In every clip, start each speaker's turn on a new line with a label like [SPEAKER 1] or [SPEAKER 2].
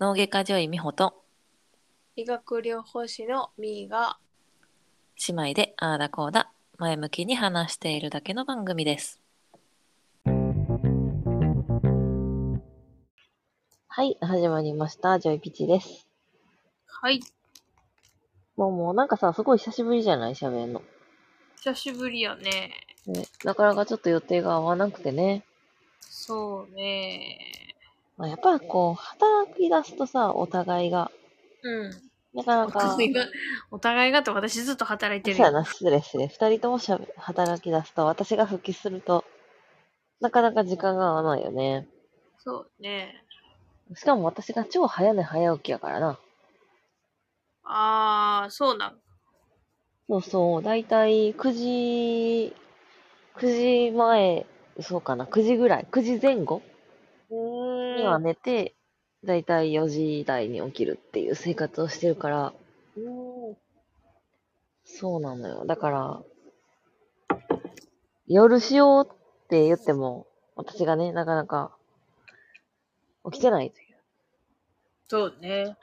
[SPEAKER 1] 脳外科女医美穂と
[SPEAKER 2] 医学療法士のみーが
[SPEAKER 1] 姉妹でああだこうだ前向きに話しているだけの番組です。
[SPEAKER 3] はい、始まりました。ジョイピチです。
[SPEAKER 2] はい
[SPEAKER 3] もうもうなんかさ、すごい久しぶりじゃない喋るの、
[SPEAKER 2] 久しぶりやね
[SPEAKER 3] ね。なかなかちょっと予定が合わなくてね。
[SPEAKER 2] そうね
[SPEAKER 3] まあ、やっぱこう、働き出すとさ、お互いが。
[SPEAKER 2] うん
[SPEAKER 3] なか
[SPEAKER 2] お
[SPEAKER 3] なか。
[SPEAKER 2] 互いがお互いがって私ずっと働いてる
[SPEAKER 3] そうやな、失礼失礼。二人ともしゃべ働き出すと、私が復帰すると、なかなか時間が合わないよね。
[SPEAKER 2] そうね
[SPEAKER 3] しかも私が超早寝早起きやからな。
[SPEAKER 2] ああそうなん
[SPEAKER 3] そうそう、だいたい9時、9時前、そうかな、9時ぐらい、9時前後
[SPEAKER 2] う
[SPEAKER 3] には寝て、だいたい4時台に起きるっていう生活をしてるから、
[SPEAKER 2] うん
[SPEAKER 3] そうなのよ。だから、夜しようって言っても、私がね、なかなか起きてないという。
[SPEAKER 2] そうね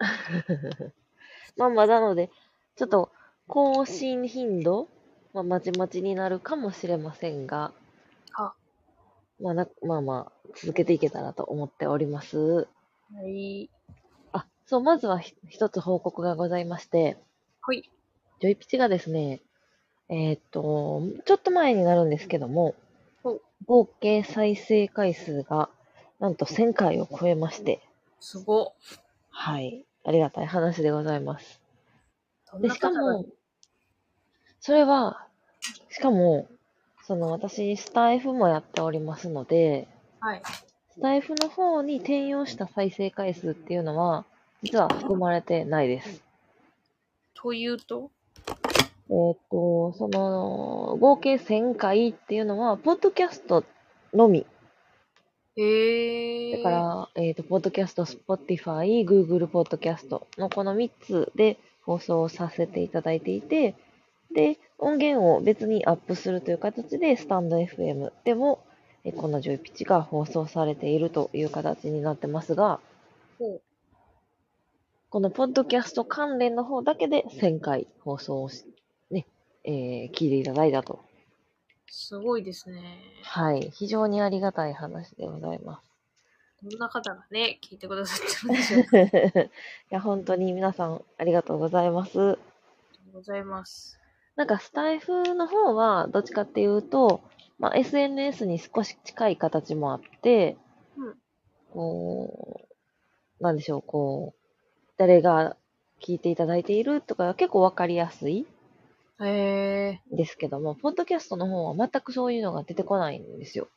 [SPEAKER 3] まあまあ、なので、ちょっと更新頻度、まあ、まちまちになるかもしれませんが、
[SPEAKER 2] あ
[SPEAKER 3] まあな、まあまあ、続けていけたらと思っております。
[SPEAKER 2] はい
[SPEAKER 3] あ、そう、まずはひ一つ報告がございまして、
[SPEAKER 2] はい
[SPEAKER 3] ジョイピチがですね、えーっと、ちょっと前になるんですけども
[SPEAKER 2] ほう、
[SPEAKER 3] 合計再生回数がなんと1000回を超えまして、
[SPEAKER 2] すご
[SPEAKER 3] はい、ありがたい話でございます。
[SPEAKER 2] どん
[SPEAKER 3] で、
[SPEAKER 2] な
[SPEAKER 3] しか
[SPEAKER 2] 方が
[SPEAKER 3] も、それは、しかも、その私、スタイフもやっておりますので、
[SPEAKER 2] はい
[SPEAKER 3] スタイフの方に転用した再生回数っていうのは、実は含まれてないです。
[SPEAKER 2] というと
[SPEAKER 3] えーっと、その、合計1000回っていうのは、ポッドキャストのみ。
[SPEAKER 2] へ
[SPEAKER 3] だ
[SPEAKER 2] え
[SPEAKER 3] から、えーっと、ポッドキャスト、Spotify、Google ポッドキャストのこの3つで放送させていただいていて、で、音源を別にアップするという形で、スタンド FM でも、えーこのジョイピチが放送されているという形になってますが、
[SPEAKER 2] ほう
[SPEAKER 3] このポッドキャスト関連の方だけで1000回放送をし、ね、えー聞いていただいたと。
[SPEAKER 2] すごいですね
[SPEAKER 3] はい。非常にありがたい話でございま
[SPEAKER 2] どんな方がね聞いてくださってるんでし ょうかあ
[SPEAKER 3] す。いや、本当に皆さんありがとうございます。
[SPEAKER 2] りがとうございます
[SPEAKER 3] なんかスタイフの方は、どっちかっていうと、まあ、SNS に少し近い形もあって、
[SPEAKER 2] うん
[SPEAKER 3] こう、なんでしょう、こう、誰が聞いていただいているとか結構わかりやすい
[SPEAKER 2] へえ
[SPEAKER 3] んですけども、ポッドキャストの方は全くそういうのが出てこないんですよ。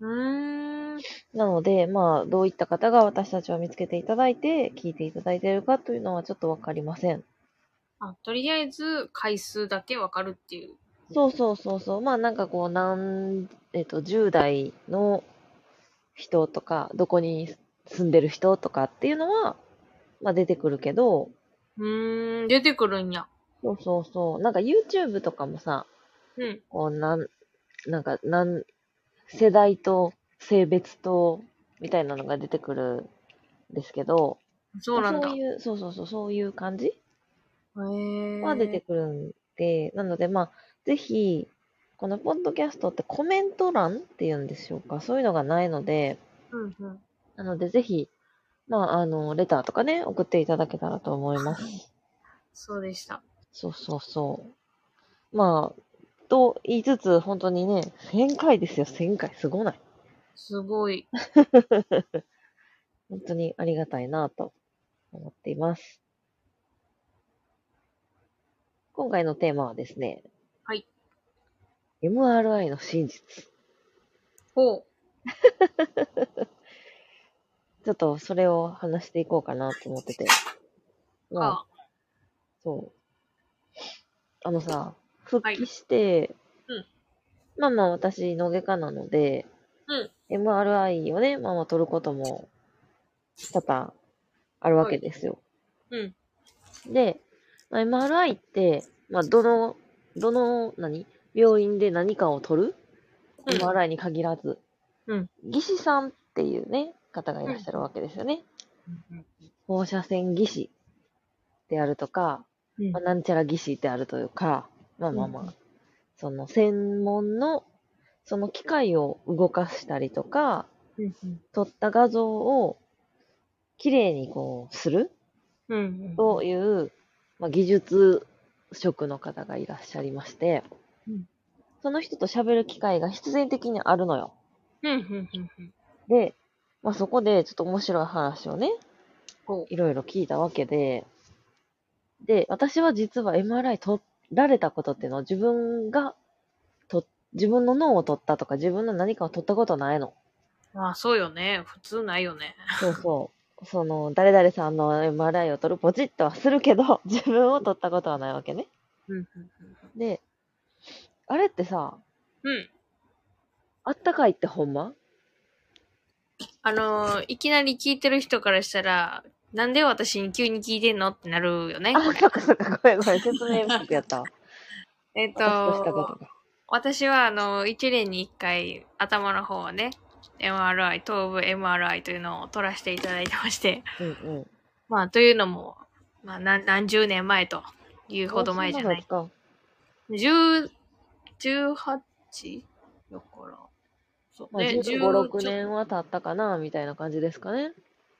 [SPEAKER 2] うーん。
[SPEAKER 3] なので、まあ、どういった方が私たちを見つけていただいて、聞いていただいているかというのはちょっとわかりません。
[SPEAKER 2] あ、とりあえず回数だけわかるっていう。
[SPEAKER 3] そうそうそうそう。まあ、なんかこう、なん、えっと、10代の人とか、どこに住んでる人とかっていうのは、まあ、出てくるけど、
[SPEAKER 2] うーん、出てくるんや。
[SPEAKER 3] そうそうそう。なんか YouTube とかもさ、
[SPEAKER 2] うん。
[SPEAKER 3] こう、なん、なんか、なん、世代と性別と、みたいなのが出てくるんですけど、
[SPEAKER 2] そうなんだ。
[SPEAKER 3] そう
[SPEAKER 2] へ
[SPEAKER 3] いう、そうそうそう、そういう感じ
[SPEAKER 2] え。
[SPEAKER 3] は出てくるんで、なのでまあ、ぜひ、このポッドキャストってコメント欄っていうんでしょうか、そういうのがないので、
[SPEAKER 2] うんうん。
[SPEAKER 3] なのでぜひ、まあ、あの、レターとかね、送っていただけたらと思います。
[SPEAKER 2] そうでした。
[SPEAKER 3] そうそうそう。まあ、と言いつつ、本当にね、1000回ですよ、1000回。すごない。
[SPEAKER 2] すごい。
[SPEAKER 3] 本当にありがたいなと思っています。今回のテーマはですね、
[SPEAKER 2] はい。
[SPEAKER 3] MRI の真実。
[SPEAKER 2] ほ
[SPEAKER 3] ちょっとそれを話していこうかなと思ってて。
[SPEAKER 2] う。
[SPEAKER 3] まあ、
[SPEAKER 2] あ、
[SPEAKER 3] そう。あのさ、復帰して、
[SPEAKER 2] うん
[SPEAKER 3] まあまあ私、脳外科なので、MRI をね、まあまあ取ることも多々あるわけですよ。
[SPEAKER 2] うん。
[SPEAKER 3] で、まあ、MRI って、まあどの、どの、何病院で何かを取る、
[SPEAKER 2] うん
[SPEAKER 3] ?MRI に限らず。
[SPEAKER 2] うん
[SPEAKER 3] 技師さんっていうね、方がいらっしゃるわけですよね。放射線技師であるとか、
[SPEAKER 2] うん
[SPEAKER 3] まあ、なんちゃら技師であるというか、まあまあまあ、
[SPEAKER 2] うん
[SPEAKER 3] その専門の、その機械を動かしたりとか、
[SPEAKER 2] うんうん
[SPEAKER 3] 撮った画像をきれいにこうする
[SPEAKER 2] うん
[SPEAKER 3] という、まあ、技術職の方がいらっしゃいまして、
[SPEAKER 2] うん
[SPEAKER 3] その人と喋る機会が必然的にあるのよ。
[SPEAKER 2] うんうんうんうん
[SPEAKER 3] で、まあ、そこでちょっと面白い話をね、
[SPEAKER 2] ほ
[SPEAKER 3] いろいろ聞いたわけで、で、私は実は MRI 取られたことっていうのは自分がと、自分の脳を取ったとか自分の何かを取ったことないの。
[SPEAKER 2] うあそうよね普通ないよね
[SPEAKER 3] そうそう。その、誰々さんの MRI を取るポチッとはするけど、自分を取ったことはないわけね。
[SPEAKER 2] うんうん
[SPEAKER 3] で、あれってさ、
[SPEAKER 2] うんうん
[SPEAKER 3] あったかいってほんま
[SPEAKER 2] あのーいきなり聞いてる人からしたらなんで私に急に聞いてんのってなるよね
[SPEAKER 3] あ、そっかそっか、ごめんごめん、説明不足や ったわ。
[SPEAKER 2] えっ、
[SPEAKER 3] 私としたこと
[SPEAKER 2] と
[SPEAKER 3] が。
[SPEAKER 2] 私はあの1年に1回頭の方をね MRI 頭部 MRI というのを取らせていただいてまして
[SPEAKER 3] うんうん。
[SPEAKER 2] まあというのも、まあ、何何十年前というほど前じゃない
[SPEAKER 3] あ。そんの
[SPEAKER 2] 10 18だからそう
[SPEAKER 3] が
[SPEAKER 2] ね
[SPEAKER 3] ですか。まあ、15、
[SPEAKER 2] 10
[SPEAKER 3] 6年は経ったかな、みたいな感じですかね。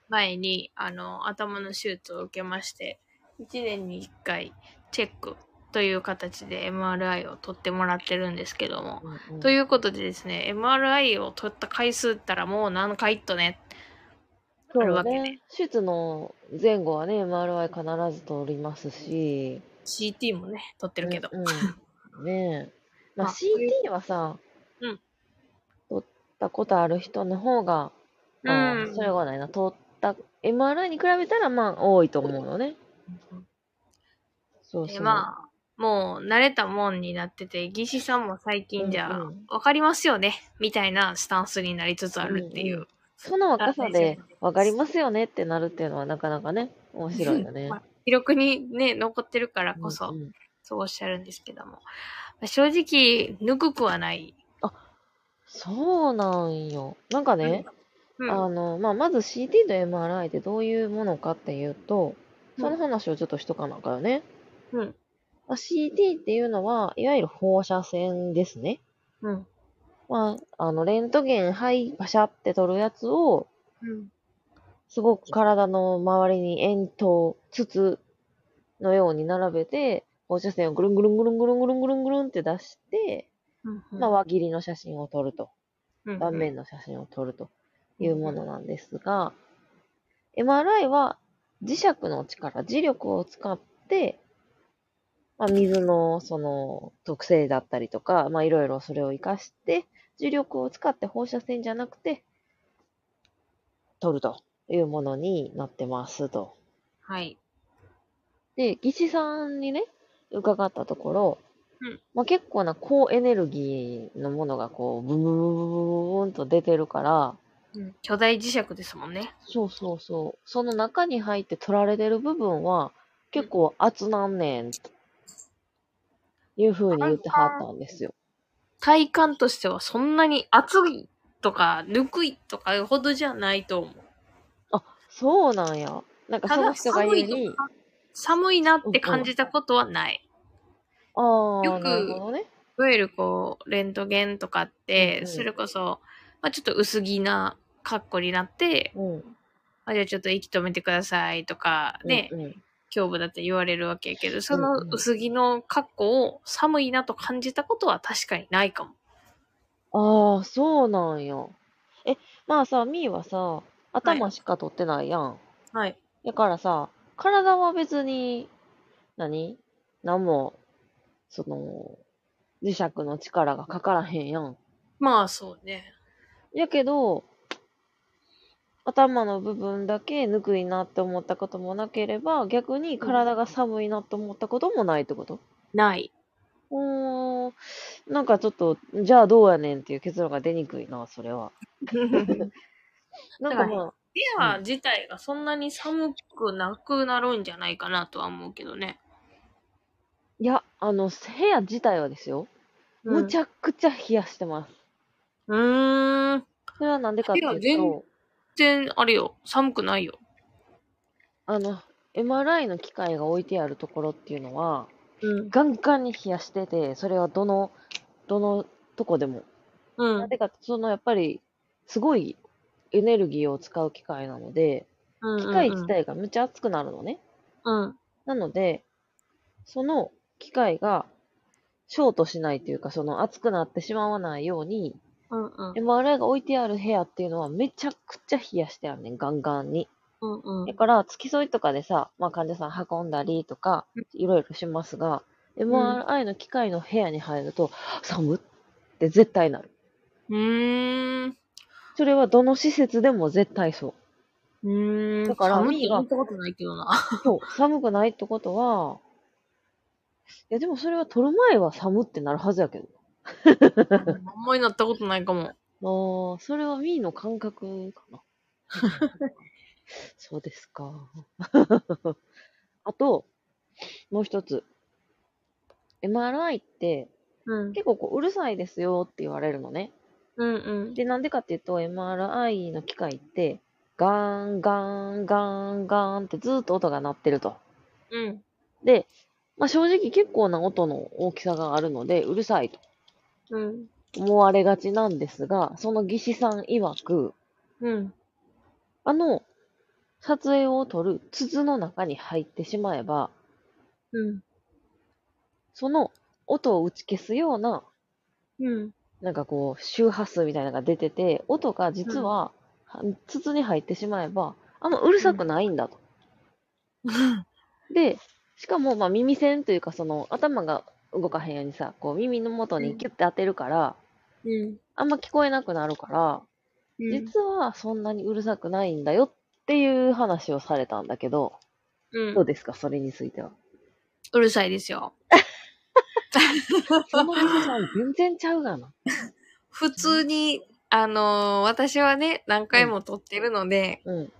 [SPEAKER 2] 前にあの頭の手術を受けまして1年に1回チェックという形で MRI を取ってもらってるんですけども
[SPEAKER 3] うんうん
[SPEAKER 2] ということでですね MRI を取った回数ったらもう何回とね
[SPEAKER 3] そう
[SPEAKER 2] あるわけ
[SPEAKER 3] ね。手術の前後はね、MRI 必ず取りますし。
[SPEAKER 2] CT もね取ってるけど、
[SPEAKER 3] うんうん ねえ。まあ、
[SPEAKER 2] あそういう
[SPEAKER 3] CT はさ、
[SPEAKER 2] うん
[SPEAKER 3] 取ったことある人の方が、あー
[SPEAKER 2] うん
[SPEAKER 3] それはないな、取った、MRI に比べたらまあ多いと思うのね。そう
[SPEAKER 2] で
[SPEAKER 3] そう。
[SPEAKER 2] まあもう慣れたもんになってて技師さんも最近じゃ、
[SPEAKER 3] うんうん
[SPEAKER 2] 分かりますよねみたいなスタンスになりつつあるっていう、
[SPEAKER 3] うんその若さで
[SPEAKER 2] あ大丈夫
[SPEAKER 3] 分かりますよねってなるっていうのはなかなかね、面白いよね
[SPEAKER 2] ま。あ記録にね残ってるからこ
[SPEAKER 3] う
[SPEAKER 2] そ、
[SPEAKER 3] んうん
[SPEAKER 2] そうおっしゃるんですけども、まあ正直ぬくくはない、
[SPEAKER 3] そうなんよ。なんかね、
[SPEAKER 2] うん
[SPEAKER 3] あの、まあ、まず CT と MRI ってどういうものかっていうと、
[SPEAKER 2] うん
[SPEAKER 3] その話をちょっとしとかなあかんよね。
[SPEAKER 2] うん
[SPEAKER 3] まあ、CT っていうのは、いわゆる放射線ですね。
[SPEAKER 2] うん
[SPEAKER 3] まあ、あの、レントゲン、はい、パシャって撮るやつを、
[SPEAKER 2] うん
[SPEAKER 3] すごく体の周りに円筒、筒のように並べて、放射線をぐるんぐるんぐるんぐるんぐるんぐるんぐるんって出して、
[SPEAKER 2] うんうん
[SPEAKER 3] まあ、輪切りの写真を撮ると。
[SPEAKER 2] うん
[SPEAKER 3] 断面の写真を撮るというものなんですが、MRI は磁石の力、磁力を使って、まあ、水のその特性だったりとか、まあ、いろいろそれを活かして、磁力を使って放射線じゃなくて、撮るというものになってますと。
[SPEAKER 2] はい
[SPEAKER 3] で、技師さんにね、伺ったところ、
[SPEAKER 2] うん
[SPEAKER 3] まあ、結構な高エネルギーのものがこう、ブンブンブンブンブンブンと出てるから、
[SPEAKER 2] うん巨大磁石ですもんね
[SPEAKER 3] そうそうそう。その中に入って取られてる部分は結構厚なんねん。いうふうに言ってはったんですよ。
[SPEAKER 2] 体感としてはそんなに熱いとかぬくいとかほどじゃないと思う
[SPEAKER 3] そうなんや。なんか
[SPEAKER 2] た
[SPEAKER 3] その
[SPEAKER 2] だ
[SPEAKER 3] 人が言う
[SPEAKER 2] 寒いと
[SPEAKER 3] に、
[SPEAKER 2] か寒いなって感じたことはない
[SPEAKER 3] ああ
[SPEAKER 2] よ
[SPEAKER 3] ー、
[SPEAKER 2] く
[SPEAKER 3] なるほどね。
[SPEAKER 2] いわゆるこうレントゲンとかっ
[SPEAKER 3] うんう
[SPEAKER 2] て
[SPEAKER 3] ん
[SPEAKER 2] それこそ、まあ、ちょっと薄着な格好になって
[SPEAKER 3] うん。
[SPEAKER 2] あじゃあちょっと息止めてくださいとかね、
[SPEAKER 3] うんうん
[SPEAKER 2] 胸部だって言われるわけやけど、そ
[SPEAKER 3] うん
[SPEAKER 2] の
[SPEAKER 3] うん
[SPEAKER 2] 薄着の格好を寒いなと感じたことは確かにないかも。
[SPEAKER 3] ああ、そうなんや。え、まあさ、みーはさ、頭しか取ってないやん。
[SPEAKER 2] はい。
[SPEAKER 3] だからさ、体は別に、何何も、その、磁石の力がかからへんやん。
[SPEAKER 2] まあそうね。
[SPEAKER 3] やけど、頭の部分だけぬくいなって思ったこともなければ、逆に体が寒いなって思ったこともないってこと
[SPEAKER 2] ない。
[SPEAKER 3] うーん、なんかちょっと、じゃあどうやねんっていう結論が出にくいな、それは。
[SPEAKER 2] 部
[SPEAKER 3] なんかまあ、
[SPEAKER 2] 屋自体がそんなに寒くなくなるんじゃないかなとは思うけどね。
[SPEAKER 3] いや、あの、部屋自体はですよ、むち
[SPEAKER 2] ゃ。
[SPEAKER 3] ゃくちゃ冷やしてます。
[SPEAKER 2] うーん。
[SPEAKER 3] それはなんでかって
[SPEAKER 2] いや
[SPEAKER 3] いう
[SPEAKER 2] 全
[SPEAKER 3] と、
[SPEAKER 2] 全然、あれよ、寒くないよ。
[SPEAKER 3] あの、MRI の機械が置いてあるところっていうのは、
[SPEAKER 2] うん。
[SPEAKER 3] ガンガンに冷やしてて、それはどの、どのとこでも。
[SPEAKER 2] う
[SPEAKER 3] なんん。でかって、そのやっぱり、すごいエネルギーを使う機械なので、機械自体がむっちゃ熱くなるのね。
[SPEAKER 2] うん。
[SPEAKER 3] なので、その機械がショートしないというか、その熱くなってしまわないように、
[SPEAKER 2] うんうん。
[SPEAKER 3] MRI が置いてある部屋っていうのはめちゃくちゃ冷やしてあるねん、ガンガンに。
[SPEAKER 2] うんうん
[SPEAKER 3] だ。から、付き添いとかでさ、まあ、患者さん運んだりとか
[SPEAKER 2] うん、
[SPEAKER 3] いろいろしますが、MRI の機械の部屋に入ると、寒って絶対なる。
[SPEAKER 2] うーん。
[SPEAKER 3] それはどの施設でも絶対そう
[SPEAKER 2] ーん。
[SPEAKER 3] だから
[SPEAKER 2] 寒いって言ったことないけどな。
[SPEAKER 3] う。そう、寒くないってことは、いや、でもそれは取る前は寒ってなるはずやけど。
[SPEAKER 2] あんまりなったことないかも。
[SPEAKER 3] ああ、それはミーの感覚かな。 そうですか。 あと、もう一つ。MRI って
[SPEAKER 2] うん。
[SPEAKER 3] 結構こううるさいですよって言われるのね。
[SPEAKER 2] うんうん。
[SPEAKER 3] で、なんでかっていうと MRI の機械ってガーンガーンガーンガーンってずーっと音が鳴ってると。
[SPEAKER 2] うん。
[SPEAKER 3] で、まあ、正直結構な音の大きさがあるのでうるさいと
[SPEAKER 2] うん。
[SPEAKER 3] 思われがちなんですが、その技師さん曰く、
[SPEAKER 2] うん。
[SPEAKER 3] あの、撮影を撮る筒の中に入ってしまえば、
[SPEAKER 2] うん。
[SPEAKER 3] その音を打ち消すような、
[SPEAKER 2] うん。
[SPEAKER 3] なんかこう、周波数みたいなのが出てて、音が実は、は筒に入ってしまえば、あんまうるさくないんだと。で、しかも、まあ耳栓というか、その頭が動かへんようにさ、こう耳の元にキュッて当てるから、
[SPEAKER 2] うん。
[SPEAKER 3] あんま聞こえなくなるから、実はそんなにうるさくないんだよっていう話をされたんだけど、
[SPEAKER 2] うん
[SPEAKER 3] どうですか、それについては。
[SPEAKER 2] うるさいですよ。
[SPEAKER 3] その人さん全然ちゃうがな。
[SPEAKER 2] 普通に、あのー私はね、何回も撮ってるので、
[SPEAKER 3] うん。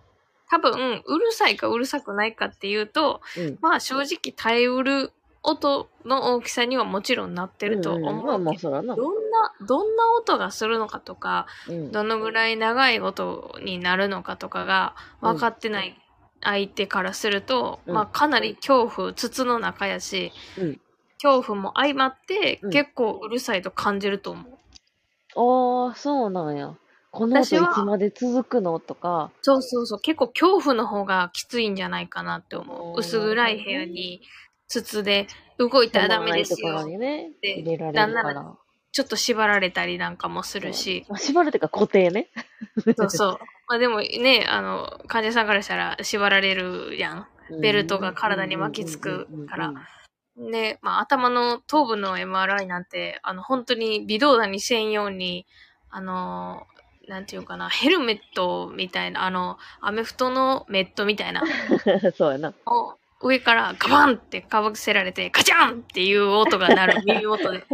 [SPEAKER 2] 多分、うるさいかうるさくないかっていうと、
[SPEAKER 3] うん。
[SPEAKER 2] まあ正直耐えうる音の大きさにはもちろんなってると思うけど、
[SPEAKER 3] まあまあ、そらな。
[SPEAKER 2] どんな、どんな音がするのかとか、
[SPEAKER 3] うん。
[SPEAKER 2] どのぐらい長い音になるのかとかが分かってない相手からすると、
[SPEAKER 3] うん
[SPEAKER 2] まあかなり恐怖、筒の中やし、
[SPEAKER 3] うん
[SPEAKER 2] 恐怖も相まって
[SPEAKER 3] うん
[SPEAKER 2] 結構うるさいと感じると思う。
[SPEAKER 3] ああ、そうなんや。この
[SPEAKER 2] 私
[SPEAKER 3] 音い
[SPEAKER 2] は
[SPEAKER 3] つまで続くのとか、
[SPEAKER 2] そうそうそう、結構恐怖の方がきついんじゃないかなって思
[SPEAKER 3] お
[SPEAKER 2] う。
[SPEAKER 3] ー
[SPEAKER 2] 薄暗い部屋に筒で動いたらダメです
[SPEAKER 3] 狭いところ
[SPEAKER 2] よ。
[SPEAKER 3] にね、
[SPEAKER 2] で
[SPEAKER 3] 入れられるか
[SPEAKER 2] なんな
[SPEAKER 3] ら。
[SPEAKER 2] ちょっと縛られたりなんかもするし。
[SPEAKER 3] あ縛るてか固定ね。
[SPEAKER 2] そうそう。まあでもね、あの、患者さんからしたら縛られるやん。ベルトが体に巻きつくから
[SPEAKER 3] うんうんうんうん
[SPEAKER 2] で、まあ、頭の頭部の MRI なんて、あの、本当に微動だにせんように、あの、なんていうかな、ヘルメットみたいな、あの、アメフトのメットみたいな、
[SPEAKER 3] うんうん。そうやな。
[SPEAKER 2] を上からガバンってかぶせられて、ガチャンっていう音が鳴 る、耳元で。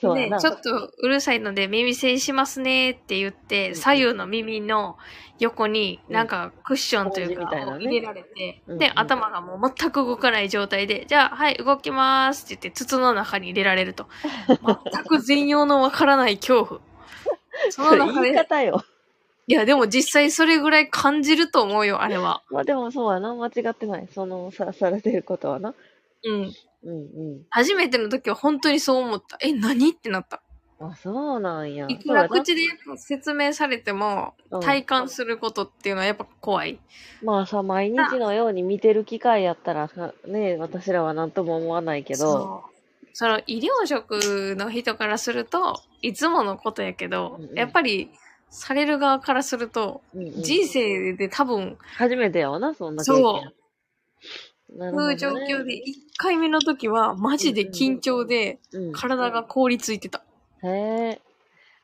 [SPEAKER 3] そうや
[SPEAKER 2] で、
[SPEAKER 3] な。
[SPEAKER 2] ちょっとうるさいので耳栓しますねって言って、左右の耳の横になんかクッションという
[SPEAKER 3] うん
[SPEAKER 2] か
[SPEAKER 3] スポンジみたいなね
[SPEAKER 2] 入れられて、
[SPEAKER 3] うんう
[SPEAKER 2] で、
[SPEAKER 3] ん
[SPEAKER 2] 頭がもう全く動かない状態で、じゃあ、はい、動きますって言って筒の中に入れられる と。全く全容のわからない恐怖。その中
[SPEAKER 3] 言い
[SPEAKER 2] で、
[SPEAKER 3] 方よ。
[SPEAKER 2] いや、でも実際それぐらい感じると思うよ、あれは。
[SPEAKER 3] まあでもそうやな。間違ってない。その、さ、されてることはな。
[SPEAKER 2] うん。
[SPEAKER 3] うんう
[SPEAKER 2] 初めての時は本当にそう思った。え、何ってなった。
[SPEAKER 3] ん。あ、そうなんや。
[SPEAKER 2] いくら口で説明されても、
[SPEAKER 3] そうやな
[SPEAKER 2] 体感することっていうのはやっぱ怖い。
[SPEAKER 3] まあさ、毎日のように見てる機会やったらさ、ね、私らは何とも思わないけど、
[SPEAKER 2] そうその医療職の人からするといつものことやけど、
[SPEAKER 3] うんうん
[SPEAKER 2] やっぱりされる側からすると
[SPEAKER 3] うんうん
[SPEAKER 2] 人生で多分
[SPEAKER 3] 初めてやわな、そんな経験。。
[SPEAKER 2] そう
[SPEAKER 3] なる
[SPEAKER 2] こ
[SPEAKER 3] ほ
[SPEAKER 2] う
[SPEAKER 3] ど、
[SPEAKER 2] いう
[SPEAKER 3] ね。
[SPEAKER 2] 状況で1回目の時はマジで緊張で
[SPEAKER 3] うん、
[SPEAKER 2] 体が凍りついてた。
[SPEAKER 3] へえ。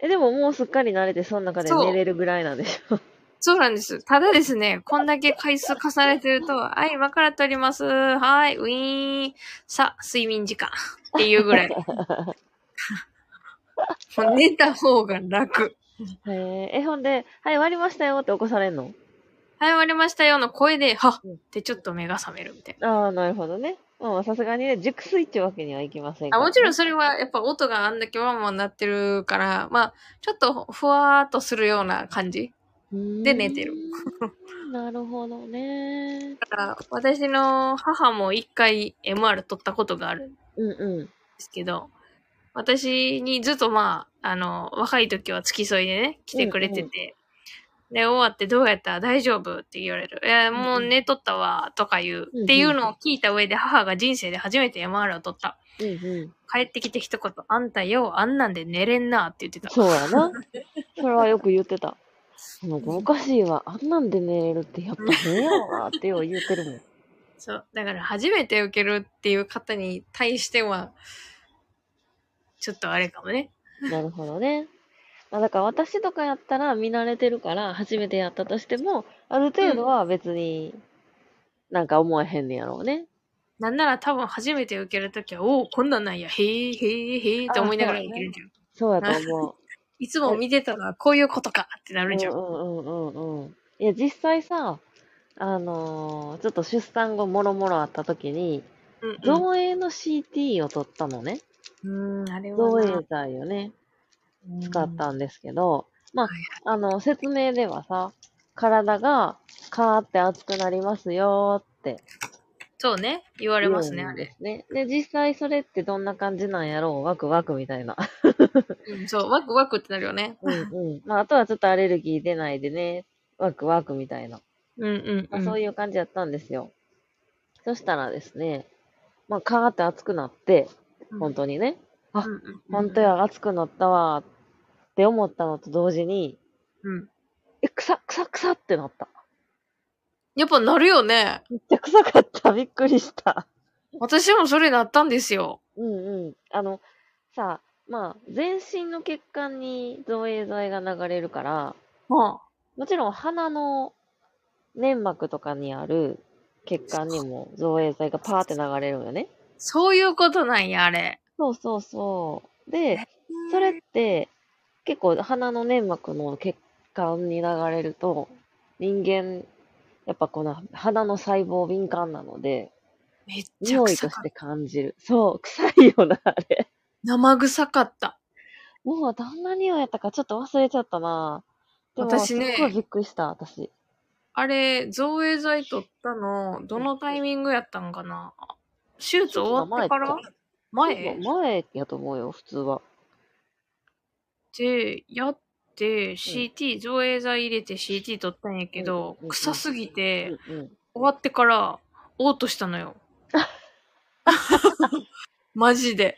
[SPEAKER 3] え、でももうすっかり慣れて、その中で
[SPEAKER 2] そう
[SPEAKER 3] 寝れるぐらいなんでしょ。
[SPEAKER 2] そうなんです。ただですね、こんだけ回数重ねてると、はい、今から撮ります。はい、ウィーン。さあ、睡眠時間。っていうぐらい。もう寝た方が楽。
[SPEAKER 3] へえ。え、ほんで、はい、終わりましたよって起こされんの
[SPEAKER 2] はい、終わりましたよの声で、はっ
[SPEAKER 3] うん
[SPEAKER 2] ってちょっと目が覚めるみたいな。
[SPEAKER 3] ああ、なるほどね。まあまあ、さすがにね、熟睡ってわけにはいきません
[SPEAKER 2] あもちろん
[SPEAKER 3] ん。
[SPEAKER 2] それはやっぱ音があんだけワンワンなってるから、まあ、ちょっとふわーっとするような感じ。
[SPEAKER 3] うーん
[SPEAKER 2] で寝てる。
[SPEAKER 3] なるほどね。
[SPEAKER 2] だから私の母も一回 MR 取ったことがあるんで
[SPEAKER 3] うんうん。
[SPEAKER 2] すけど、私にずっとまあ、あの、若い時は付き添いでね、来てくれてて、で、終わってどうやった大丈夫って言われる。いや、もう寝とったわ、とか言う。
[SPEAKER 3] うんうん
[SPEAKER 2] っていうのを聞いた上で母が人生で初めて MR を取った。
[SPEAKER 3] うんうん。
[SPEAKER 2] 帰ってきて一言、あんたよ、あんなんで寝れんなって言ってた。
[SPEAKER 3] そうや な。それはよく言ってた。なんかおかしいわ。あんなんで寝れるってやっぱ変やわってよう言ってるもん。
[SPEAKER 2] そう。だから初めて受けるっていう方に対しては、ちょっとあれかもね。
[SPEAKER 3] なるほどね。まあ、だから私とかやったら見慣れてるから、初めてやったとしても、ある程度は別になんか思えへんねやろうね。
[SPEAKER 2] なんなら多分初めて受けるときは、おお、こんなんなんや、へえ、へえ、へえって思いながら
[SPEAKER 3] あそう
[SPEAKER 2] 受
[SPEAKER 3] だね
[SPEAKER 2] けるんじゃん。
[SPEAKER 3] そうやと 思
[SPEAKER 2] いつも見てたのはこういうことかってな
[SPEAKER 3] う。う
[SPEAKER 2] る
[SPEAKER 3] ん
[SPEAKER 2] じゃん。
[SPEAKER 3] うんうんうんうん。いや、実際さ、あのーちょっと出産後もろもろあった時に、
[SPEAKER 2] うんうん
[SPEAKER 3] 造影の CT を取ったのね。
[SPEAKER 2] うん、あれ
[SPEAKER 3] 造
[SPEAKER 2] はな
[SPEAKER 3] 影剤をね、使っ。たんですけど、まあ
[SPEAKER 2] はい、
[SPEAKER 3] あの、説明ではさ、体がカーって熱くなりますよーって
[SPEAKER 2] そうね、言われますね、
[SPEAKER 3] 言
[SPEAKER 2] あ
[SPEAKER 3] うんで
[SPEAKER 2] れ。
[SPEAKER 3] すね。で、実際それってどんな感じなんやろうワクワクみたいな。
[SPEAKER 2] うん、そう、ワクワクってなるよね。
[SPEAKER 3] うんうん。 まあ、あとはちょっとアレルギー出ないでね、ワクワクみたいな。
[SPEAKER 2] うんうん、
[SPEAKER 3] ま
[SPEAKER 2] う
[SPEAKER 3] あ、
[SPEAKER 2] ん。
[SPEAKER 3] そう
[SPEAKER 2] う
[SPEAKER 3] いう感じやったんですよ。そしたらですね、まあ、カーって熱くなって、本当にね、あ
[SPEAKER 2] んうんうん
[SPEAKER 3] 本当。や、熱くなったわーって思ったのと同時に、
[SPEAKER 2] うん。
[SPEAKER 3] え、臭っ、臭っ、臭っってなった。
[SPEAKER 2] やっぱなるよね。
[SPEAKER 3] めっちゃ臭かった。びっくりした。
[SPEAKER 2] 私もそれなったんですよ。
[SPEAKER 3] うんうん。あの、さ、まあ、全身の血管に造影剤が流れるから、
[SPEAKER 2] ま
[SPEAKER 3] もちろん鼻の粘膜とかにある血管にも造影剤がパーって流れるよね。
[SPEAKER 2] あ、そういうことなんや、あれ。
[SPEAKER 3] そうそうそう。で、それって結構鼻の粘膜の血管に流れると人間、やっぱこの鼻の細胞敏感なので、
[SPEAKER 2] めっちゃ
[SPEAKER 3] 匂い
[SPEAKER 2] 臭
[SPEAKER 3] とし
[SPEAKER 2] かった。
[SPEAKER 3] て感じる。そう、臭いよな、あれ。
[SPEAKER 2] 生臭かった。
[SPEAKER 3] もうどんな匂いやったかちょっと忘れちゃったな。でも、
[SPEAKER 2] 私
[SPEAKER 3] す
[SPEAKER 2] ね
[SPEAKER 3] っごいびっくりした、私。
[SPEAKER 2] あれ、造影剤取ったの、どのタイミングやったんかな手術終わってから前
[SPEAKER 3] 前やと思うよ、普通は。
[SPEAKER 2] で、やって、CT、造影剤入れて CT 取ったんやけど
[SPEAKER 3] うんうんう、ん
[SPEAKER 2] 臭すぎて、
[SPEAKER 3] うんうん。
[SPEAKER 2] 終わってから、嘔吐した のよ。マジで。
[SPEAKER 3] へ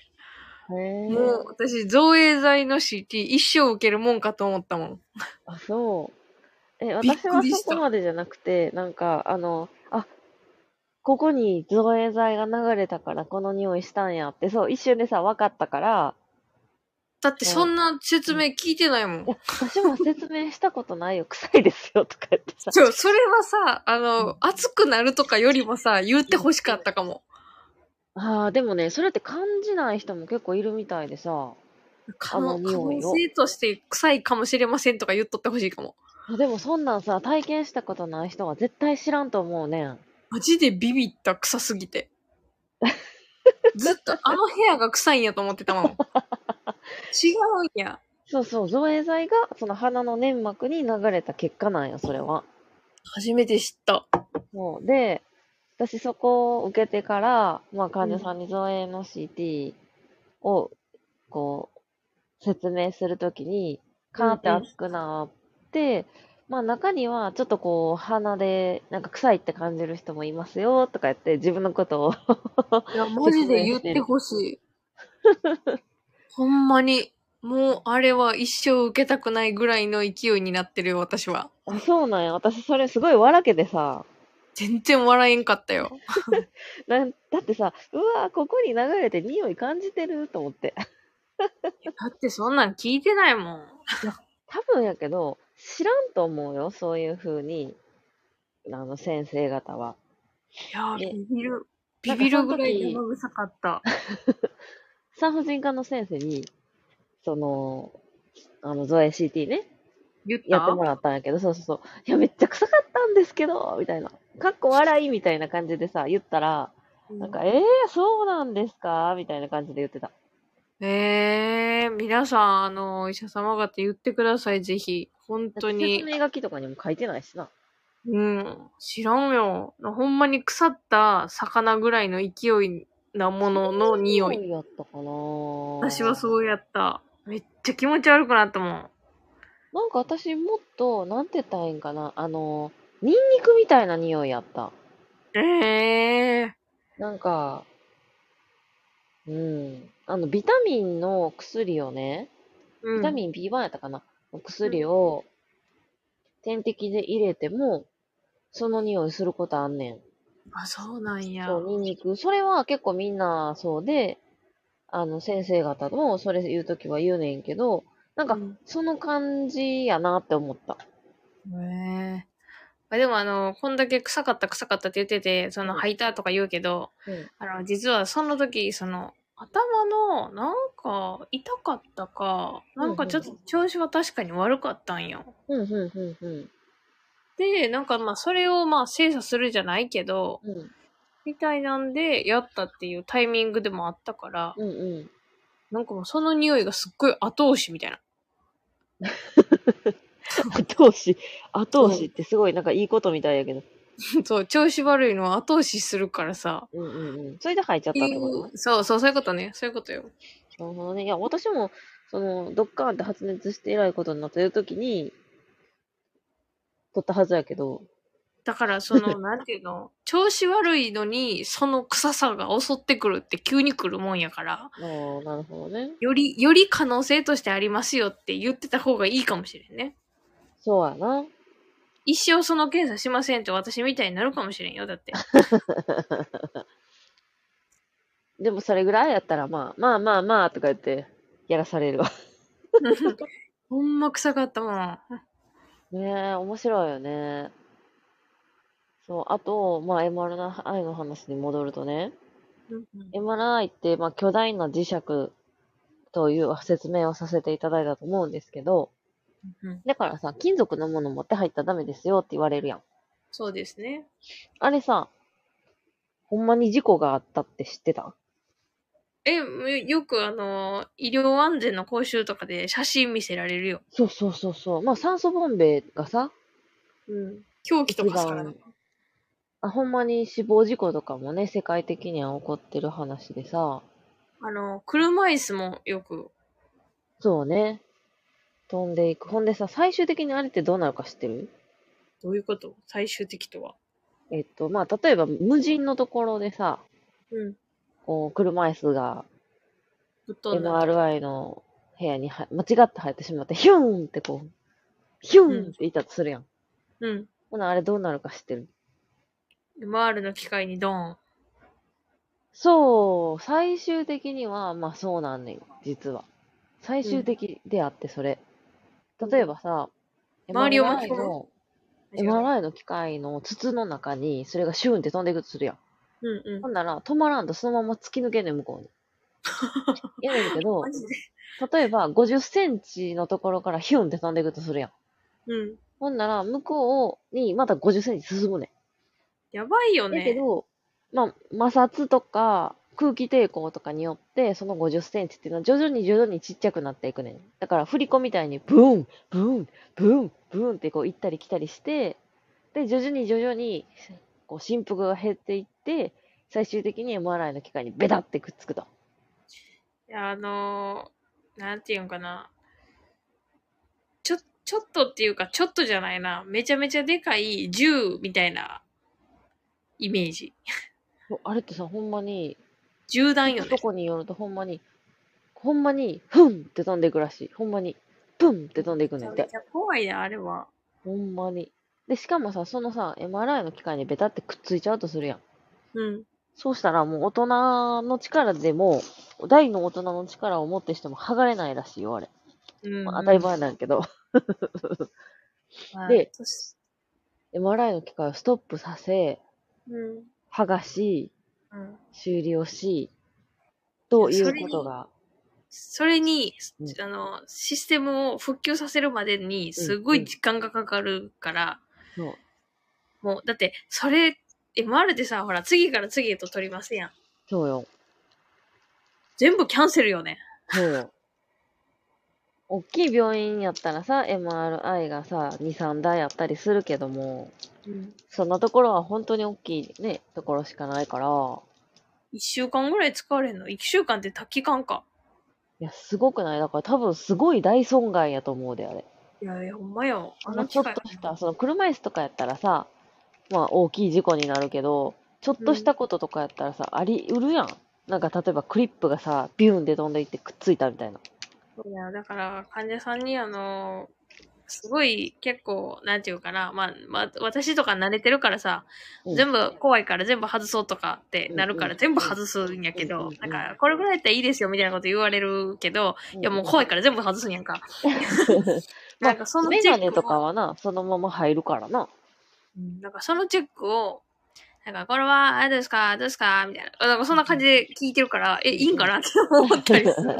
[SPEAKER 3] え。
[SPEAKER 2] もう、私、造影剤の CT 一生受けるもんかと思ったもん。
[SPEAKER 3] あ、そう。え、
[SPEAKER 2] びっ
[SPEAKER 3] 私
[SPEAKER 2] く
[SPEAKER 3] は
[SPEAKER 2] りし
[SPEAKER 3] そ
[SPEAKER 2] た
[SPEAKER 3] こまでじゃなくて、なんか、あの、あ、ここに造影剤が流れたからこの匂いしたんやって、そう、一瞬でさ、分かったから、
[SPEAKER 2] だって、そんな説明聞いてないもん
[SPEAKER 3] い。や、私も説明したことないよ、臭いですよ、とか言ってさ。
[SPEAKER 2] そう、それはさ、あ
[SPEAKER 3] う
[SPEAKER 2] の
[SPEAKER 3] ん、
[SPEAKER 2] 熱くなるとかよりもさ、言って欲しかったかも。
[SPEAKER 3] ああ、でもね、それって感じない人も結構いるみたいでさ。
[SPEAKER 2] 可能
[SPEAKER 3] あの匂いを
[SPEAKER 2] 可能性として臭いかもしれませんとか言っとってほしいかも。
[SPEAKER 3] あでもそんなんさ、体験したことない人は絶対知らんと思うねん。
[SPEAKER 2] マジでビビった、臭すぎ て。ずっとあの部屋が臭いんやと思ってたもん。違うんや。
[SPEAKER 3] そうそう、造影剤がその鼻の粘膜に流れた結果なんよ、それは。
[SPEAKER 2] 初めて知った。
[SPEAKER 3] そう。で、私そこを受けてから、まあ患者さんに造影の CT を、こう、説明するときに、カーンって
[SPEAKER 2] うんうん
[SPEAKER 3] 熱くなって、まあ中にはちょっとこう鼻でなんか臭いって感じる人もいますよとか言って自分のことを
[SPEAKER 2] いや、マジで言ってほし い。ほんまに。もう、あれは一生受けたくないぐらいの勢いになってるよ、私は。
[SPEAKER 3] あ、そうなんや。私それすごい笑けてさ、
[SPEAKER 2] 全然笑えんかったよ。
[SPEAKER 3] なんだってさ、うわー、ここに流れて匂い感じてると思って。
[SPEAKER 2] だってそんなん聞いてないもん。
[SPEAKER 3] 多分やけど、知らんと思うよ、そういう風に、あの、先生方は。
[SPEAKER 2] いやー、
[SPEAKER 3] え
[SPEAKER 2] ビビる。
[SPEAKER 3] な
[SPEAKER 2] ビ
[SPEAKER 3] んか
[SPEAKER 2] ビるぐらい
[SPEAKER 3] その時
[SPEAKER 2] 生臭かった。
[SPEAKER 3] 産婦人科の先生に、その、あの、造影 CT ね、
[SPEAKER 2] 言った
[SPEAKER 3] やってもらったんやけど、そうそうそう、いや、めっちゃ臭かったんですけど、みたいな、かっこ笑いみたいな感じでさ、言ったら、なんか、えー、そうなんですかみたいな感じで言ってた。
[SPEAKER 2] ええ皆さん、あの、お医者様方言ってください、ぜひ。本当に
[SPEAKER 3] 説。明書きとかにも書いてないしな。
[SPEAKER 2] うん。知らんよ。ほんまに腐った魚ぐらいの勢いなものの匂い。
[SPEAKER 3] やったかな
[SPEAKER 2] 私は
[SPEAKER 3] う。
[SPEAKER 2] そうやった。めっちゃ気持ち悪くなったもん。
[SPEAKER 3] なんか私もっと、なんて言ったらいいんかな。あの、ニンニクみたいな匂いやった。
[SPEAKER 2] ええ
[SPEAKER 3] なんか、うん。あの、ビタミンの薬をね、
[SPEAKER 2] うん。
[SPEAKER 3] ビタミン B1 やったかな。の薬を、点滴で入れても、その匂いすることあんねん。
[SPEAKER 2] あ、そうなんや。
[SPEAKER 3] そう、ニンニク。それは結構みんなそうで、あの、先生方もそれ言うときは言うねんけど、なんか
[SPEAKER 2] う、ん
[SPEAKER 3] その感じやなって思った。
[SPEAKER 2] ねえまあ、でもあの、こんだけ臭かった臭かったって言ってて、その吐いたとか言うけど、
[SPEAKER 3] うん
[SPEAKER 2] あの、実はその時、その、頭の、なんか、痛かったか、なんかちょっと調子は確かに悪かったんよ。
[SPEAKER 3] うん、うん、うん、うん。
[SPEAKER 2] で、なんかまあ、それをまあ、精査するじゃないけど、
[SPEAKER 3] うん、
[SPEAKER 2] みたいなんで、やったっていうタイミングでもあったから、
[SPEAKER 3] うん、うん。
[SPEAKER 2] なんかもうその匂いがすっごい後押しみたいな。
[SPEAKER 3] 後押し、後押しってすごいなんかいいことみたいやけど。
[SPEAKER 2] そう、調子悪いのは後押しするからさ。
[SPEAKER 3] うん、うん、うん。それで入っちゃったってことね。
[SPEAKER 2] そうそう、そういうことね。そういうことよ。
[SPEAKER 3] なるほどね。いや、私も、その、ドッカーンって発熱して偉いことになってるときに、取ったはずやけど、
[SPEAKER 2] だから、そ の、なんていうの、調子悪いのに、その臭さが襲ってくるって急に来るもんやから、
[SPEAKER 3] ああ、なるほどね。
[SPEAKER 2] より、より可能性としてありますよって言ってた方がいいかもしれんね。
[SPEAKER 3] そうやな。
[SPEAKER 2] 一生その検査しませんって私みたいになるかもしれんよ、だって。
[SPEAKER 3] でもそれぐらいやったら、まあ、まあまあまあとか言って、やらされるわ。
[SPEAKER 2] ほんま臭かったもん。
[SPEAKER 3] ねえ、面白いよね。そう、あと、まあ、MRI の話に戻るとね、MRI って、まあ、巨大な磁石という説明をさせていただいたと思うんですけど、
[SPEAKER 2] うん
[SPEAKER 3] だからさ、金属のもの持って入ったらダメですよって言われるやん。
[SPEAKER 2] そうですね。
[SPEAKER 3] あれさ、ほんまに事故があったって知ってた
[SPEAKER 2] え、よくあの、医療安全の講習とかで写真見せられるよ。
[SPEAKER 3] そうそうそうそう。まあ、酸素ボンベがさ、
[SPEAKER 2] うん。狂気とかさ。
[SPEAKER 3] あ、ほんまに死亡事故とかもね、世界的には起こってる話でさ、
[SPEAKER 2] あの、車椅子もよく。
[SPEAKER 3] そうね。飛んでいく。ほんでさ、最終的にあれってどうなるか知ってる
[SPEAKER 2] どういうこと最終的とは。
[SPEAKER 3] えっと、まあ、例えば無人のところでさ、
[SPEAKER 2] うん。
[SPEAKER 3] こう、車椅子が
[SPEAKER 2] ぶっ飛んだ。
[SPEAKER 3] MRI の部屋には間違って入ってしまって、ヒューンってこう、ヒューンっていたとするやん。
[SPEAKER 2] うん。
[SPEAKER 3] ほな、あれどうなるか知ってる
[SPEAKER 2] MR の機械にドーン。
[SPEAKER 3] そう、最終的には、まあそうなんねん、実は。最終的であって、それ。
[SPEAKER 2] うん
[SPEAKER 3] 例えばさ、
[SPEAKER 2] 周りを巻
[SPEAKER 3] MRI
[SPEAKER 2] き込む
[SPEAKER 3] の、MRI の機械の筒の中に、それがシューンって飛んでいくとするやん。
[SPEAKER 2] うんう
[SPEAKER 3] ほんなら、止まらんとそのまま突き抜けんねん、向 こうに。やねんけ
[SPEAKER 2] ん。
[SPEAKER 3] ど
[SPEAKER 2] マ、ジで。
[SPEAKER 3] 例えば50センチのところからヒュンって飛んでいくとするやん。
[SPEAKER 2] うん。
[SPEAKER 3] ほんなら、向こうにまた50センチ進むね
[SPEAKER 2] やばいよ
[SPEAKER 3] ん。
[SPEAKER 2] ね。
[SPEAKER 3] だけど、まあ、摩擦とか空気抵抗とかによって、その50センチっていうのは徐々に徐々にちっちゃくなっていくねん。だから、振り子みたいにブーン、ブーン、ブーン、ブーンってこう行ったり来たりして、で、徐々に徐々に、こう、振幅が減っていって、最終的に MRI の機械にベタってくっつくと。
[SPEAKER 2] いやあのー、なんていうんかな。ちょ、ちょっとっていうか、ちょっとじゃないな。めちゃめちゃでかい銃みたいなイメージ。
[SPEAKER 3] そうあれってさ、ほんまに、
[SPEAKER 2] 銃弾よね
[SPEAKER 3] と。こによるとほんまに、ほんまに、ふんって飛んでいくらしい。ほんまに、プンって飛んでいく
[SPEAKER 2] め
[SPEAKER 3] ねん
[SPEAKER 2] ちゃ
[SPEAKER 3] っ
[SPEAKER 2] め
[SPEAKER 3] て
[SPEAKER 2] ち。ゃ怖いね、あれは。
[SPEAKER 3] ほんまに。で、しかもさ、そのさ、MRI の機械にベタってくっついちゃうとするやん。
[SPEAKER 2] うん。
[SPEAKER 3] そうしたらもう大人の力でも、大の大人の力を持ってしても剥がれないらしいよ、あれ。
[SPEAKER 2] うん、
[SPEAKER 3] まあ、当たり前なんやけど。
[SPEAKER 2] まあ
[SPEAKER 3] で
[SPEAKER 2] そし
[SPEAKER 3] MRI の機械をストップさせ、
[SPEAKER 2] うん。
[SPEAKER 3] 剥がし、
[SPEAKER 2] うん。
[SPEAKER 3] 修理をし、ということが。
[SPEAKER 2] それに、
[SPEAKER 3] うん
[SPEAKER 2] あの、システムを復旧させるまでに、すごい時間がかかるから、
[SPEAKER 3] そう。
[SPEAKER 2] もう、だって、それ MR でさ、ほら、次から次へと撮りますやん。
[SPEAKER 3] そうよ。
[SPEAKER 2] 全部キャンセルよね。
[SPEAKER 3] そうよ。大きい病院やったらさ、MRI がさ、2、3台あったりするけども、
[SPEAKER 2] うん。
[SPEAKER 3] そんなところは本当に大きいね、ところしかないから、
[SPEAKER 2] 1週間ぐらい使われんの ?1 週間って短期間か。
[SPEAKER 3] いや、すごくないだから多分すごい大損害やと思うで、あれ。
[SPEAKER 2] いやいや、ほんまよ。
[SPEAKER 3] あ
[SPEAKER 2] あ
[SPEAKER 3] の
[SPEAKER 2] の
[SPEAKER 3] ちょ
[SPEAKER 2] 機
[SPEAKER 3] っ
[SPEAKER 2] 械。
[SPEAKER 3] とした、その車椅子とかやったらさ、まあ大きい事故になるけど、ちょっとしたこととかやったらさ、ありうるやん。なんか例えばクリップがさ、ビューンで飛んでいってくっついたみたいな。
[SPEAKER 2] いや、だから、患者さんに、あの、すごい、結構、なんていうかな、まあ、まあ、私とか慣れてるからさ、
[SPEAKER 3] うん
[SPEAKER 2] 全部怖いから全部外そうとかってなるか
[SPEAKER 3] うんう
[SPEAKER 2] ら
[SPEAKER 3] ん
[SPEAKER 2] 全部外すんやけ
[SPEAKER 3] うんうん
[SPEAKER 2] ど
[SPEAKER 3] うん、
[SPEAKER 2] なんか、これぐらいやったらいいですよみたいなこと言われるけど、いや、もう怖いから全部外すんやんか。
[SPEAKER 3] ま
[SPEAKER 2] な
[SPEAKER 3] あ
[SPEAKER 2] んか、そのチェ
[SPEAKER 3] メガ
[SPEAKER 2] ックも
[SPEAKER 3] ネとかはな、そのまま入るからな。
[SPEAKER 2] うんなんか、そのチェックを、なんか、これは、あれですか、どうですか、みたいな。なんか、そんな感じで聞いてる から、え、いいんかなって思ったりする。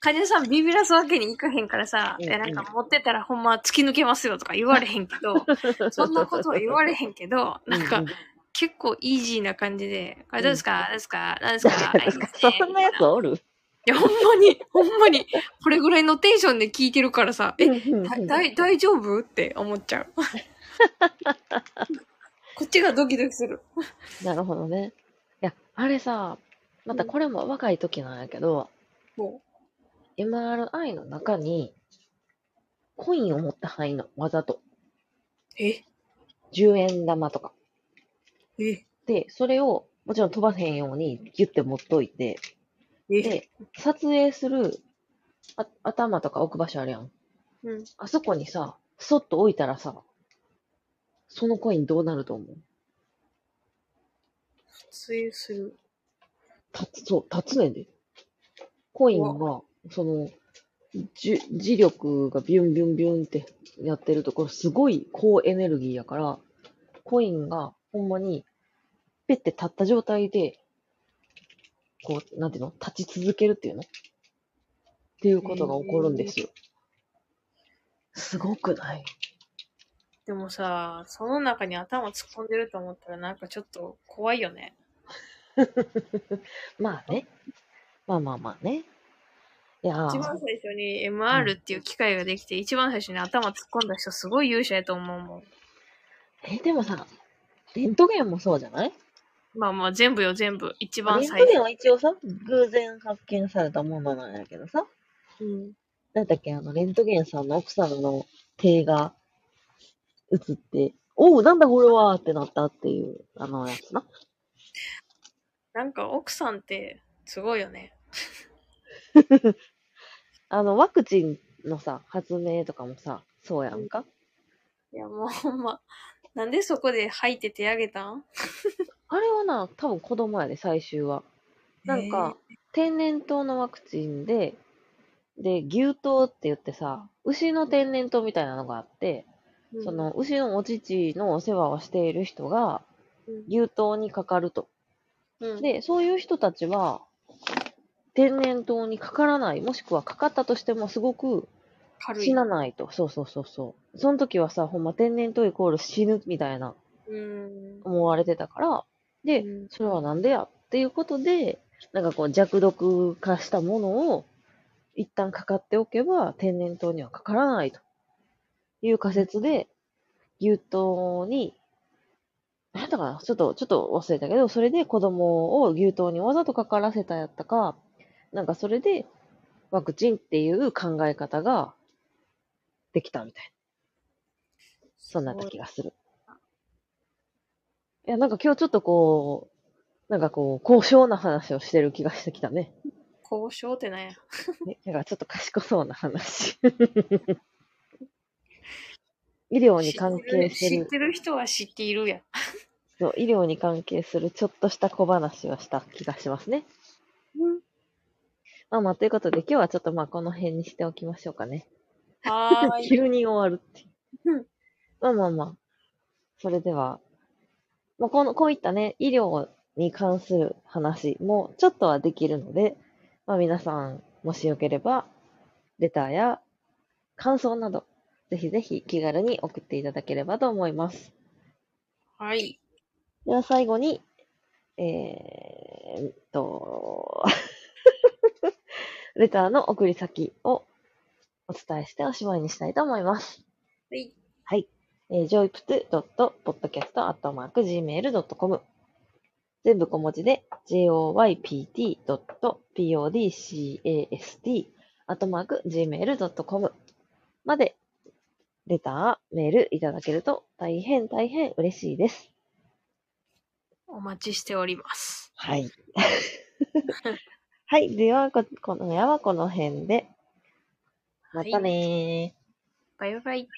[SPEAKER 2] 患者さんビビらすわけにいかへんからさ、
[SPEAKER 3] うん
[SPEAKER 2] えなんか持ってたらほんま突き抜けますよとか言われへんけど、 そんなことは言われへんけど、なん
[SPEAKER 3] う
[SPEAKER 2] か
[SPEAKER 3] う
[SPEAKER 2] 結構イージーな感じで、あれどうですか、どうですかどう ですかあいいですね
[SPEAKER 3] そんなやつおる
[SPEAKER 2] いや、ほんまに、ほんまに、これぐらいのテンションで聞いてるからさ、え、だ
[SPEAKER 3] うん
[SPEAKER 2] だい大丈夫って思っ ちゃう。こっちがドキドキする。
[SPEAKER 3] なるほどね。いや、あれさ、またこれも若い時なんやけど、
[SPEAKER 2] も
[SPEAKER 3] MRI の中に、コインを持って入んの、わざと。
[SPEAKER 2] う、え、
[SPEAKER 3] 10円玉とか。
[SPEAKER 2] え、
[SPEAKER 3] で、それを、もちろん飛ばへんように、ギュッて持っといて、
[SPEAKER 2] え、
[SPEAKER 3] で、撮影する、あ頭とか置く場所あるやん。
[SPEAKER 2] うん、
[SPEAKER 3] あそこにさ、そっと置いたらさ、そのコインどうなると思う
[SPEAKER 2] 撮影する。
[SPEAKER 3] 立つ、そう、立つねんで。コイン
[SPEAKER 2] う
[SPEAKER 3] が、その、じゅ磁力がビュンビュンビュンってやってるところ、すごい高エネルギーやから、コインがほんまに、ペッて立った状態で、こう、なんていうの立ち続けるっていうのっていうことが起こるんですよ。すごくない
[SPEAKER 2] でもさ、その中に頭突っ込んでると思ったらなんかちょっと怖いよね。
[SPEAKER 3] まあね。まあまあまあね。いや
[SPEAKER 2] 一
[SPEAKER 3] ー
[SPEAKER 2] 番、最初に MR っていう機械ができて、一番最初に頭突っ込んだ人すごい勇者やと思うもん。
[SPEAKER 3] え、でもさ、レントゲンもそうじゃない
[SPEAKER 2] まあまあ全部よ全部。一番
[SPEAKER 3] レン
[SPEAKER 2] 最
[SPEAKER 3] トゲン
[SPEAKER 2] 初。
[SPEAKER 3] は一応さ、偶然発見されたものなんやけどさ、
[SPEAKER 2] うん、
[SPEAKER 3] なんだっけ、あの、レントゲンさんの奥さんの手が映って、おう、なんだこれはってなったっていう、あのやつな。
[SPEAKER 2] なんか奥さんってすごいよね。
[SPEAKER 3] あの、ワクチンのさ、発明とかもさ、そうやんか。
[SPEAKER 2] いやもうほんま。なんでそこで吐いて手あげたん
[SPEAKER 3] あれはな、多分子供やで、最終は。なんか、天然痘のワクチンで、で、牛痘って言ってさ、牛の天然痘みたいなのがあって、
[SPEAKER 2] えー、うん
[SPEAKER 3] そ、の牛のお乳のお世話をしている人が
[SPEAKER 2] うん
[SPEAKER 3] 牛痘にかかると。
[SPEAKER 2] うん、
[SPEAKER 3] で、そういう人たちは天然痘にかからない、もしくはかかったとしてもすごく
[SPEAKER 2] 軽い
[SPEAKER 3] 死。なないと。そうそうそうそう。その時はさ、ほんま天然痘イコール死ぬみたいな
[SPEAKER 2] うん。
[SPEAKER 3] 思われてたから、で
[SPEAKER 2] うん、
[SPEAKER 3] それはなんでやっていうことで、なんかこう弱毒化したものを一旦かかっておけば天然痘にはかからないという仮説で、牛痘に、なんだかなちょっと、ちょっと忘れたけど、それで子供を牛痘にわざとかからせたやったか、なんかそれでワクチンっていう考え方ができたみたいな。そんなった気がする。いや、なんか今日ちょっとこう、なんかこう、高尚な話をしてる気がしてきたね。
[SPEAKER 2] 交渉ってなんや。
[SPEAKER 3] ねなんかちょっと賢そうな 話。医療に関係す
[SPEAKER 2] 知ってる知っ
[SPEAKER 3] る
[SPEAKER 2] てる人は知っているやん。
[SPEAKER 3] そう、医療に関係するちょっとした小話をした気がしますね。まあまあ、ということで今日はちょっとまあこの辺にしておきましょうかね。
[SPEAKER 2] はーい。
[SPEAKER 3] 急に終わるっていうう。まあまあまあ。それでは、まあ、この、こういったね、医療に関する話もちょっとはできるので、まあ皆さん、もしよければ、レターや感想など、ぜひぜひ気軽に送っていただければと思います。
[SPEAKER 2] はい。
[SPEAKER 3] では最後に、えーっと、レターの送り先をお伝えしておしまいにしたいと思います。
[SPEAKER 2] はい。
[SPEAKER 3] えー、joypt.podcast.gmail.com 全部小文字で joypt.podcast.gmail.com までレター、メールいただけると大変大変嬉しいです。
[SPEAKER 2] お待ちしております。
[SPEAKER 3] はい。 はい。では、こ今夜はこの辺で。またねー。
[SPEAKER 2] バイバイ。